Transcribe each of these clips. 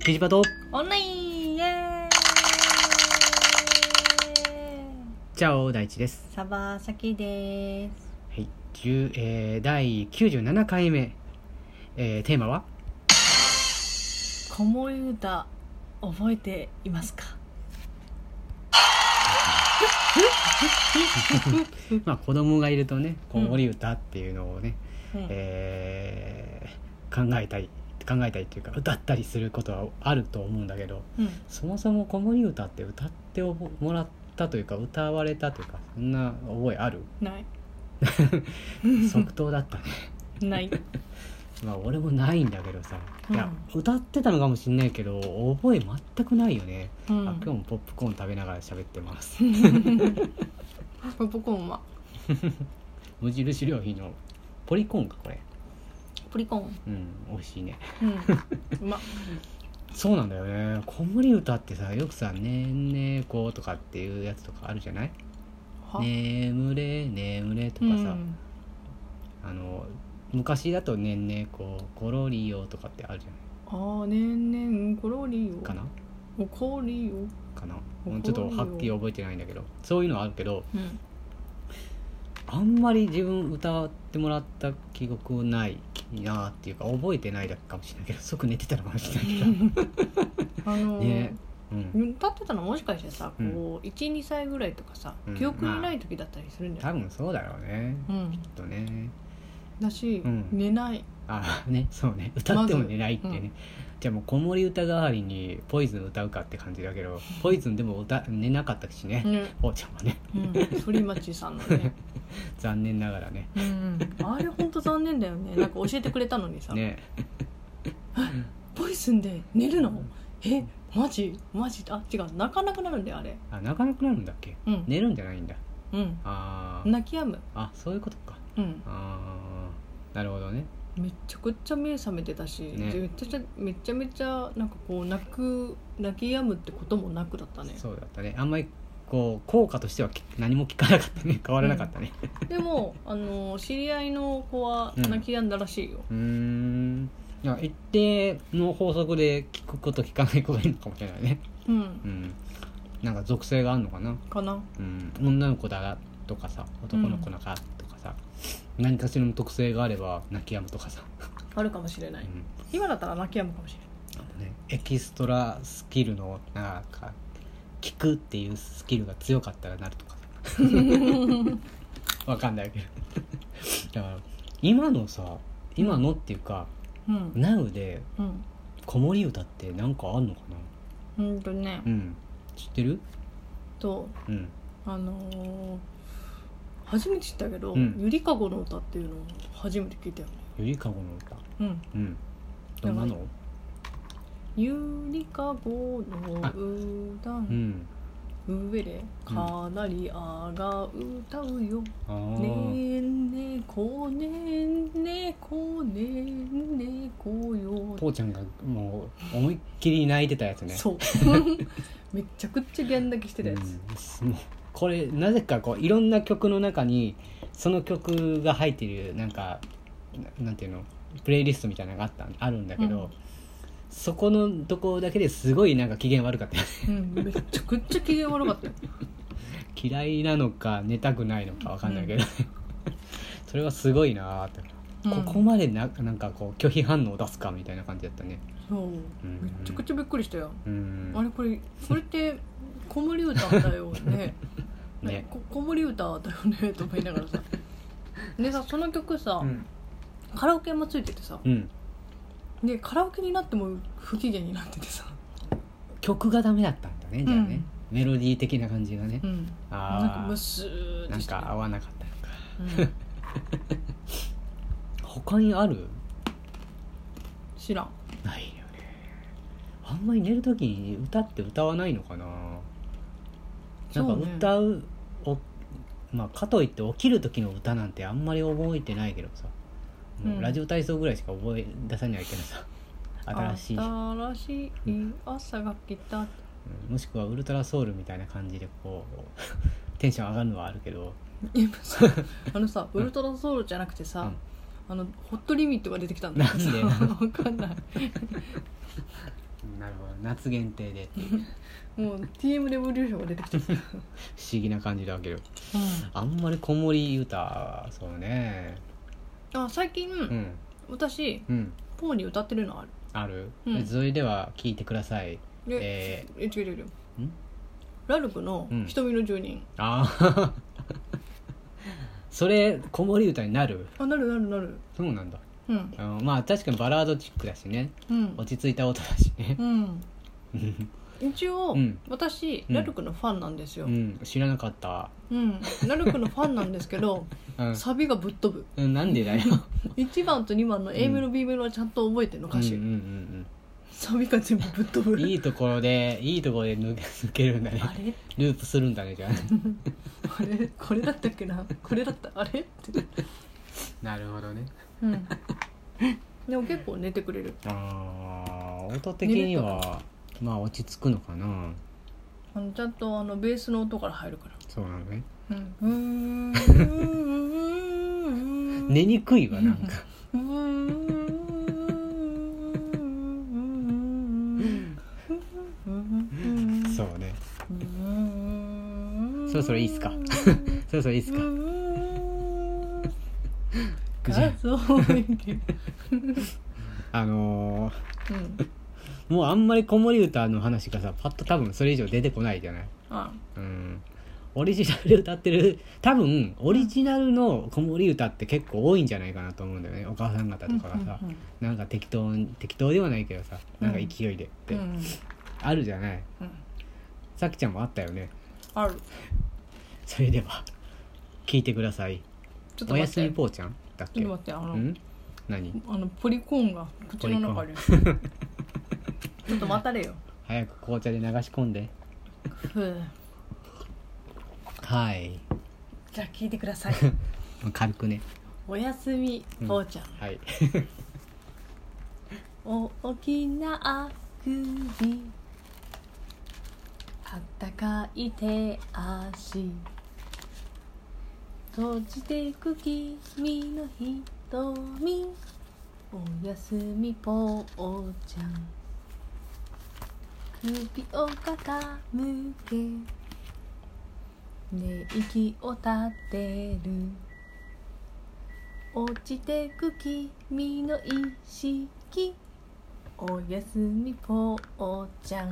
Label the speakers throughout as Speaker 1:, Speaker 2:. Speaker 1: キジパト
Speaker 2: オンラインイエーイ
Speaker 1: チャオ大地です
Speaker 2: サバサキです
Speaker 1: はい、10えー、第97回目、えー、テーマは
Speaker 2: 子守歌覚えていますか
Speaker 1: まあ子供がいるとね子守歌っていうのをね、
Speaker 2: うん
Speaker 1: えー考えたり考えたりっていうか歌ったりすることはあると思うんだけど
Speaker 2: うん
Speaker 1: そもそも子守歌って歌っておぼもらったというか歌われたというかそんな覚えあ る
Speaker 2: ない
Speaker 1: 即答だったね
Speaker 2: ない
Speaker 1: まあ俺もないんだけどさ、いや
Speaker 2: う
Speaker 1: 歌ってたのかもしんないけど覚え全くないよね、
Speaker 2: う
Speaker 1: あ
Speaker 2: ん
Speaker 1: 今日もポップコーン食べながら喋ってます
Speaker 2: ポップコーンは
Speaker 1: 無印良品のポリコーンかこれ
Speaker 2: プリコーン
Speaker 1: うん美味しいね
Speaker 2: うんう ま
Speaker 1: そうなんだよね子守歌ってさよくさ「ねんねこ」とかっていうやつとかあるじゃない「
Speaker 2: は
Speaker 1: 眠れ眠れ」と
Speaker 2: う
Speaker 1: かさ、
Speaker 2: ん
Speaker 1: あの昔だと「ねんねこ」「コロリよ」とかってあるじゃな
Speaker 2: あーねんねんころりよ
Speaker 1: いかな
Speaker 2: おこりよ
Speaker 1: かな
Speaker 2: コロリよ
Speaker 1: ちょっとはっきり覚えてないんだけどそういうのはあるけど
Speaker 2: うん
Speaker 1: あんまり自分歌ってもらった記憶ないなっていうか覚えてないだけかもしれないけど即寝てたのかもしれないけど、
Speaker 2: あのー
Speaker 1: ねうん、
Speaker 2: 歌ってたのもしかしてさ
Speaker 1: うん
Speaker 2: こう12歳ぐらいとかさ
Speaker 1: うん
Speaker 2: 記憶にない時だったりするんじゃな
Speaker 1: 多
Speaker 2: い
Speaker 1: 分そうだろうね
Speaker 2: うん
Speaker 1: きっとね
Speaker 2: だし、
Speaker 1: うん
Speaker 2: 寝ない
Speaker 1: ああねそうね歌っても寝ないってね、
Speaker 2: まずうん
Speaker 1: じゃあもう子守歌代わりにポイズン歌うかって感じだけどポイズンでも歌寝なかったしね、
Speaker 2: ね、
Speaker 1: おうちゃんはね
Speaker 2: うん、反町さんのね、
Speaker 1: 残念ながらね
Speaker 2: うん、あれ本当残念だよねなんか教えてくれたのにさ「
Speaker 1: ね
Speaker 2: ポイズンで寝るのえマジマジあ違う泣かなくなるんだよあれ
Speaker 1: あ泣かなくなるんだっけ
Speaker 2: うん、
Speaker 1: 寝るんじゃないんだ
Speaker 2: うん、
Speaker 1: あー
Speaker 2: 泣き止む
Speaker 1: あそういうことか
Speaker 2: うん
Speaker 1: あーなるほどね
Speaker 2: めっちゃくちゃ目覚めてたし、
Speaker 1: ね
Speaker 2: めっちゃめちゃめちゃなんかこう泣く泣き止むってこともなくだったね
Speaker 1: そうだったねあんまりこう効果としてはき何も聞かなかったね変わらなかったね
Speaker 2: でもあの知り合いの子は
Speaker 1: うん
Speaker 2: 泣き止んだらしいよ、
Speaker 1: うーんいや一定の法則で聞くこと聞かないことがいいのかもしれないね
Speaker 2: うん
Speaker 1: うんなんか属性があるのかな
Speaker 2: かな
Speaker 1: うん、女の子だとかさ男の子だかとかさ、何かしらの特性があれば泣き止むとかさ、
Speaker 2: あるかもしれない、
Speaker 1: うん
Speaker 2: 今だったら泣き止むかもしれない
Speaker 1: あのね、エキストラスキルのなんか聞くっていうスキルが強かったらなるとか さわかんないけどだから今のさ今のっていうか、
Speaker 2: うん、
Speaker 1: Now で
Speaker 2: うん、
Speaker 1: 子守歌ってなんかあんのかな
Speaker 2: うんとね、
Speaker 1: うん知ってる
Speaker 2: と
Speaker 1: うん
Speaker 2: あのー初めて知ったけど、
Speaker 1: うん
Speaker 2: ゆりかごの歌っていうのを初めて聞いたよね。
Speaker 1: ゆりかごの歌
Speaker 2: うん、
Speaker 1: うんどんな
Speaker 2: や
Speaker 1: の
Speaker 2: ゆりかごの
Speaker 1: あ
Speaker 2: 歌
Speaker 1: うん
Speaker 2: 上でかなりあが歌うよ。
Speaker 1: あ
Speaker 2: ね
Speaker 1: ー
Speaker 2: んねこねんねこねんねこよ。
Speaker 1: 父ちゃんがもう思いっきり泣いてたやつね
Speaker 2: そうめちゃくちゃギャン泣きしてたやつ。
Speaker 1: うんもうこれなぜかこういろんな曲の中にその曲が入ってるなんかななんていうのプレイリストみたいなのがあったあるんだけど、
Speaker 2: うん
Speaker 1: そこのとこだけですごいなんか機嫌悪かった よね
Speaker 2: うん、めちゃくちゃ機嫌悪かったよ。
Speaker 1: 嫌いなのか寝たくないのかわかんないけど、 それはすごいなーって、
Speaker 2: うん
Speaker 1: ここまでななんかこう拒否反応を出すかみたいな感じだったね
Speaker 2: そう
Speaker 1: うん
Speaker 2: めちゃくちゃびっくりしたよ。
Speaker 1: うん
Speaker 2: あれこれこれって子守歌だよね
Speaker 1: ね
Speaker 2: こ子守歌だよねと思いなが らさでさその曲さ、
Speaker 1: うん、
Speaker 2: カラオケもついててさ
Speaker 1: うん、
Speaker 2: でカラオケになっても不機嫌になっててさ、
Speaker 1: 曲がダメだったんだねじゃあね、メロディー的な感じがね、
Speaker 2: うん、
Speaker 1: あ
Speaker 2: なんか
Speaker 1: あ
Speaker 2: ムスーっ
Speaker 1: な
Speaker 2: て
Speaker 1: ん
Speaker 2: して
Speaker 1: か合わなかったのか
Speaker 2: うん
Speaker 1: 他にある
Speaker 2: 知らん
Speaker 1: ないよねあんまり寝る時に歌って歌わないのかななんか
Speaker 2: そうね
Speaker 1: 歌うおまあかといって起きる時の歌なんてあんまり覚えてないけどさ、もううんラジオ体操ぐらいしか覚え出さないけどさ 新しい、うん
Speaker 2: 新しい朝が来た
Speaker 1: もしくはウルトラソウルみたいな感じでこう テンション上がるのはあるけど
Speaker 2: いやさあのさウルトラソウルじゃなくてさ、 あのホットリミットが出てきたんだ
Speaker 1: なんで
Speaker 2: わかんない
Speaker 1: なるほど夏限定でっていう
Speaker 2: もう TM レボリューションが出てきてる、うん、
Speaker 1: 不思議な感じだけどあんまり子守歌はそうね
Speaker 2: あ最近、
Speaker 1: うん
Speaker 2: 私
Speaker 1: うん
Speaker 2: ポーに歌ってるのある
Speaker 1: ある、
Speaker 2: うん
Speaker 1: それでは聞いてください
Speaker 2: で、え違う違う違うんラルクの
Speaker 1: うん
Speaker 2: 「瞳の住人
Speaker 1: ああ それ子守歌になる」
Speaker 2: あなるなるなる
Speaker 1: そうなんだ、
Speaker 2: うん
Speaker 1: うん、まあ確かにバラードチックだしね
Speaker 2: うん
Speaker 1: 落ち着いた音だしね
Speaker 2: うん一応、
Speaker 1: うん
Speaker 2: 私
Speaker 1: うん
Speaker 2: ラルクのファンなんですよ、
Speaker 1: う
Speaker 2: うん
Speaker 1: ん知らなかった、
Speaker 2: ラルクのファンなんですけど
Speaker 1: うん
Speaker 2: サビがぶっ飛ぶ
Speaker 1: うん、なんでだよ
Speaker 2: 1番と2番の A メロ B メロはちゃんと覚えてるの歌詞、
Speaker 1: うんうん
Speaker 2: サビが全部ぶっ飛
Speaker 1: う
Speaker 2: ぶ
Speaker 1: ん、いいところでいいところで抜け抜けるんだね
Speaker 2: あれ
Speaker 1: ループするんだねじゃあ
Speaker 2: あれこれだったっけなこれだったあれって、
Speaker 1: なるほどね
Speaker 2: うん、でも結構寝てくれる
Speaker 1: あー音的にはまあ落ち着くのかな
Speaker 2: あのちゃんとあのベースの音から入るか
Speaker 1: そうなのね
Speaker 2: らうんうーん
Speaker 1: 寝にくいわなん か
Speaker 2: うーん
Speaker 1: そうねそろそろいいっすかそろそろいいっすか
Speaker 2: あ
Speaker 1: じゃ
Speaker 2: そうだっけ
Speaker 1: あの
Speaker 2: うん
Speaker 1: ーもうあんまり子守歌の話がさパッと多分それ以上出てこないじゃない
Speaker 2: あ
Speaker 1: うんオリジナルで歌ってる多分オリジナルの子守歌って結構多いんじゃないかなと思うんだよねお母さん方とかがさ、
Speaker 2: うんうんうん
Speaker 1: なんか適当に適当ではないけどさなんか勢いでって、
Speaker 2: うん
Speaker 1: あるじゃない
Speaker 2: うん
Speaker 1: さきちゃんもあったよね
Speaker 2: ある
Speaker 1: それでは聞いてください
Speaker 2: ちょっと
Speaker 1: おやす
Speaker 2: 待
Speaker 1: み
Speaker 2: って
Speaker 1: ぽーちゃんだっ
Speaker 2: ちょっ
Speaker 1: け
Speaker 2: と待ってあの
Speaker 1: ん何
Speaker 2: あのポリコーンが口の中にちょっと待たれよ
Speaker 1: 早く紅茶で流し込んで
Speaker 2: ふう
Speaker 1: はい
Speaker 2: じゃあ聞いてください
Speaker 1: 軽くね
Speaker 2: おやすみぽーちゃん、
Speaker 1: はい
Speaker 2: 大きなあくびあったかい手足閉じてく君の瞳おやすみぽーちゃん首を傾け寝息を立てる落ちてく君の意識おやすみぽーちゃ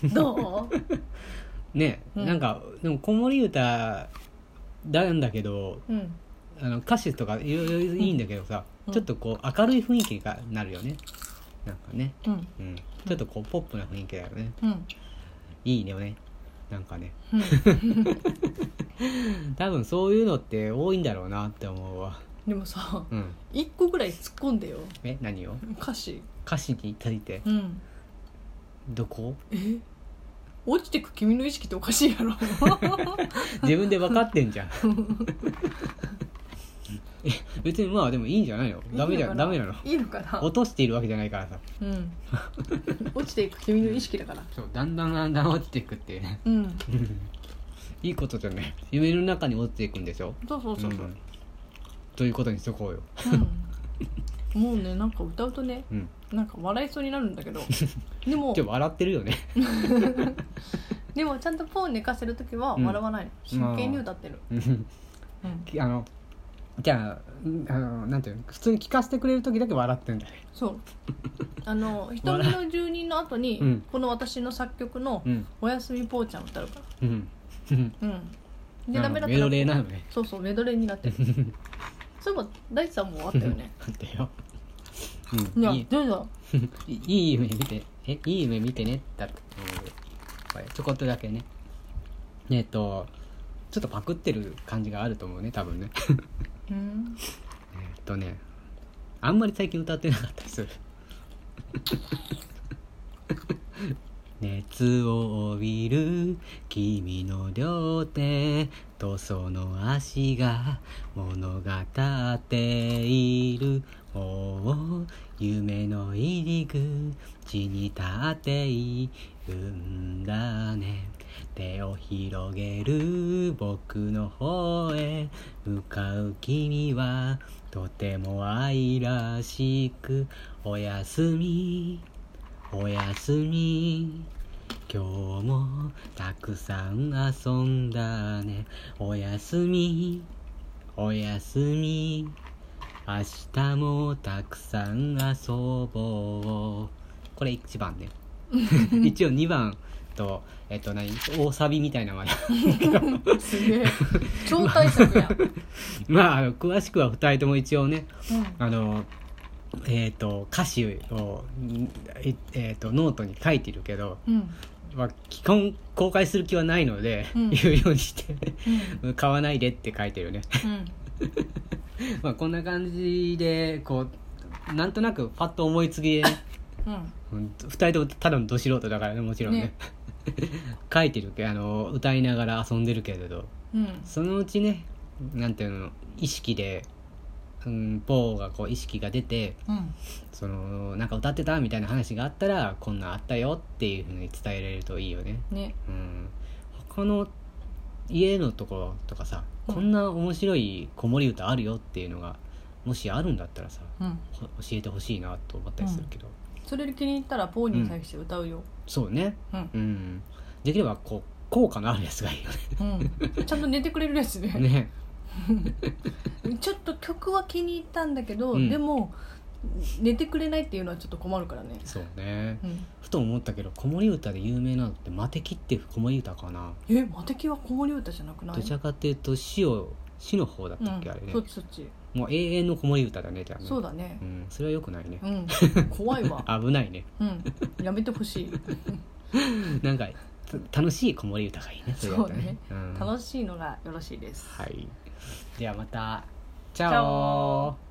Speaker 2: んどう
Speaker 1: ね、
Speaker 2: うん
Speaker 1: なんかでも子守歌なんだけど
Speaker 2: うん
Speaker 1: あの歌詞とかいろいろいいんだけどさ、
Speaker 2: うん
Speaker 1: ちょっとこう明るい雰囲気になるよねなんかね、
Speaker 2: うん
Speaker 1: うん、ちょっとこうポップな雰囲気だよね
Speaker 2: うん
Speaker 1: いいよねなんかね
Speaker 2: うん
Speaker 1: 多分そういうのって多いんだろうなって思うわ
Speaker 2: でもさ
Speaker 1: うん
Speaker 2: 一個ぐらい突っ込んでよ
Speaker 1: え何を
Speaker 2: 歌詞
Speaker 1: 歌詞について
Speaker 2: うん
Speaker 1: どこ
Speaker 2: え落ちてく君の意識っておかしいやろ
Speaker 1: 自分で分かってん じゃんえ別にまあでもいいんじゃないの ダメじゃ
Speaker 2: いいのかな
Speaker 1: ダメなの
Speaker 2: いいのかな
Speaker 1: 落としているわけじゃないからさ
Speaker 2: うん落ちていく君の意識だから
Speaker 1: そうだんだんだんだん落ちていくっていうね
Speaker 2: うん
Speaker 1: いいことじゃない夢の中に落ちていくんでしょ
Speaker 2: そうそうそうそう、
Speaker 1: んということにしとこうよ
Speaker 2: うんもうねなんか歌うとね
Speaker 1: うん
Speaker 2: なんか笑いそうになるんだけどでも
Speaker 1: 今日笑ってるよね
Speaker 2: でもちゃんとポン寝かせる時は
Speaker 1: うん
Speaker 2: 笑わないの、真剣に歌ってる、
Speaker 1: うん
Speaker 2: うん、
Speaker 1: あのじゃあうんあのなんていうの普通に聞かせてくれる時だけ笑ってんだね
Speaker 2: そう あの「瞳の住人」の後に、
Speaker 1: うん
Speaker 2: この私の作曲の
Speaker 1: うん
Speaker 2: 「おやすみぽーちゃん」歌うか
Speaker 1: うんうん
Speaker 2: らうんで
Speaker 1: あ
Speaker 2: ダ
Speaker 1: の
Speaker 2: メだっ
Speaker 1: メ
Speaker 2: たら
Speaker 1: ドレーなのね
Speaker 2: そうそうメドレーにな ってるそういえば大地さんもあったよね
Speaker 1: だってよ、う
Speaker 2: い
Speaker 1: ん、
Speaker 2: や
Speaker 1: いい
Speaker 2: 大地さん
Speaker 1: いい夢見てえいい夢見てねだってこれちょこっとだけねえっとちょっとパクってる感じがあると思うね多分ね
Speaker 2: うん
Speaker 1: えっとねあんまり最近歌ってなかったりする熱を帯びる君の両手とその足が物語っているもう夢の入り口に立っているんだね手を広げる僕の方へ向かう君はとても愛らしくおやすみおやすみ今日もたくさん遊んだねおやすみおやすみ明日もたくさん遊ぼうこれ1番ね一応2番とえっと何大サビみたいなのまで
Speaker 2: すげえ超大作やん、うん、
Speaker 1: まああの詳しくは2人とも一応ねあのえっ、と歌詞を、んええーとノートに書いてるけど、
Speaker 2: うんうん
Speaker 1: まあ、基本公開する気はないので、
Speaker 2: うん
Speaker 1: 言うようにして 買わないでって書いてるね まあこんな感じでこうなんとなくパッと思いつきでね、
Speaker 2: うんうん
Speaker 1: うん二人ともただのど素人だからねもちろんね
Speaker 2: ね
Speaker 1: 書いてるけどあの歌いながら遊んでるけれど
Speaker 2: うん
Speaker 1: そのうちねなんていうの意識で、うん、ポーがこう意識が出て
Speaker 2: うん
Speaker 1: そのなんか歌ってたみたいな話があったらこんなんあったよっていうふうに伝えられるといいよね
Speaker 2: ね
Speaker 1: うん他の家のところとかさ、
Speaker 2: うん
Speaker 1: こんな面白い子守歌あるよっていうのがもしあるんだったらさ
Speaker 2: うん
Speaker 1: ほ教えてほしいなと思ったりするけど、
Speaker 2: それで気に入ったらポーに対して歌うよ
Speaker 1: そうね
Speaker 2: うん、
Speaker 1: うんできればこう効果のあるやつがいいよ
Speaker 2: うん、ちゃんと寝てくれるやつね
Speaker 1: ねね
Speaker 2: ちょっと曲は気に入ったんだけど、
Speaker 1: うん
Speaker 2: でも寝てくれないっていうのはちょっと困るからね、
Speaker 1: そうね
Speaker 2: うん、
Speaker 1: ふと思ったけど子守歌で有名なのって「魔敵」っていう子守歌かな
Speaker 2: えマテキは子守歌じゃなくない
Speaker 1: どちらかっていうと死を死の方だったっけ、あれ
Speaker 2: うん、
Speaker 1: ね
Speaker 2: そっちそっち、
Speaker 1: もう永遠の子守歌だねじゃあね
Speaker 2: そうだね
Speaker 1: うん、それはよくないね
Speaker 2: う、ん怖いわ
Speaker 1: 危ないね
Speaker 2: うんやめてほ しい
Speaker 1: なんかた楽しい子守歌がいいねれだったうん
Speaker 2: 楽しいのがよろしいです
Speaker 1: はいではまたチ
Speaker 2: チ
Speaker 1: ャ
Speaker 2: ャ
Speaker 1: オ
Speaker 2: オ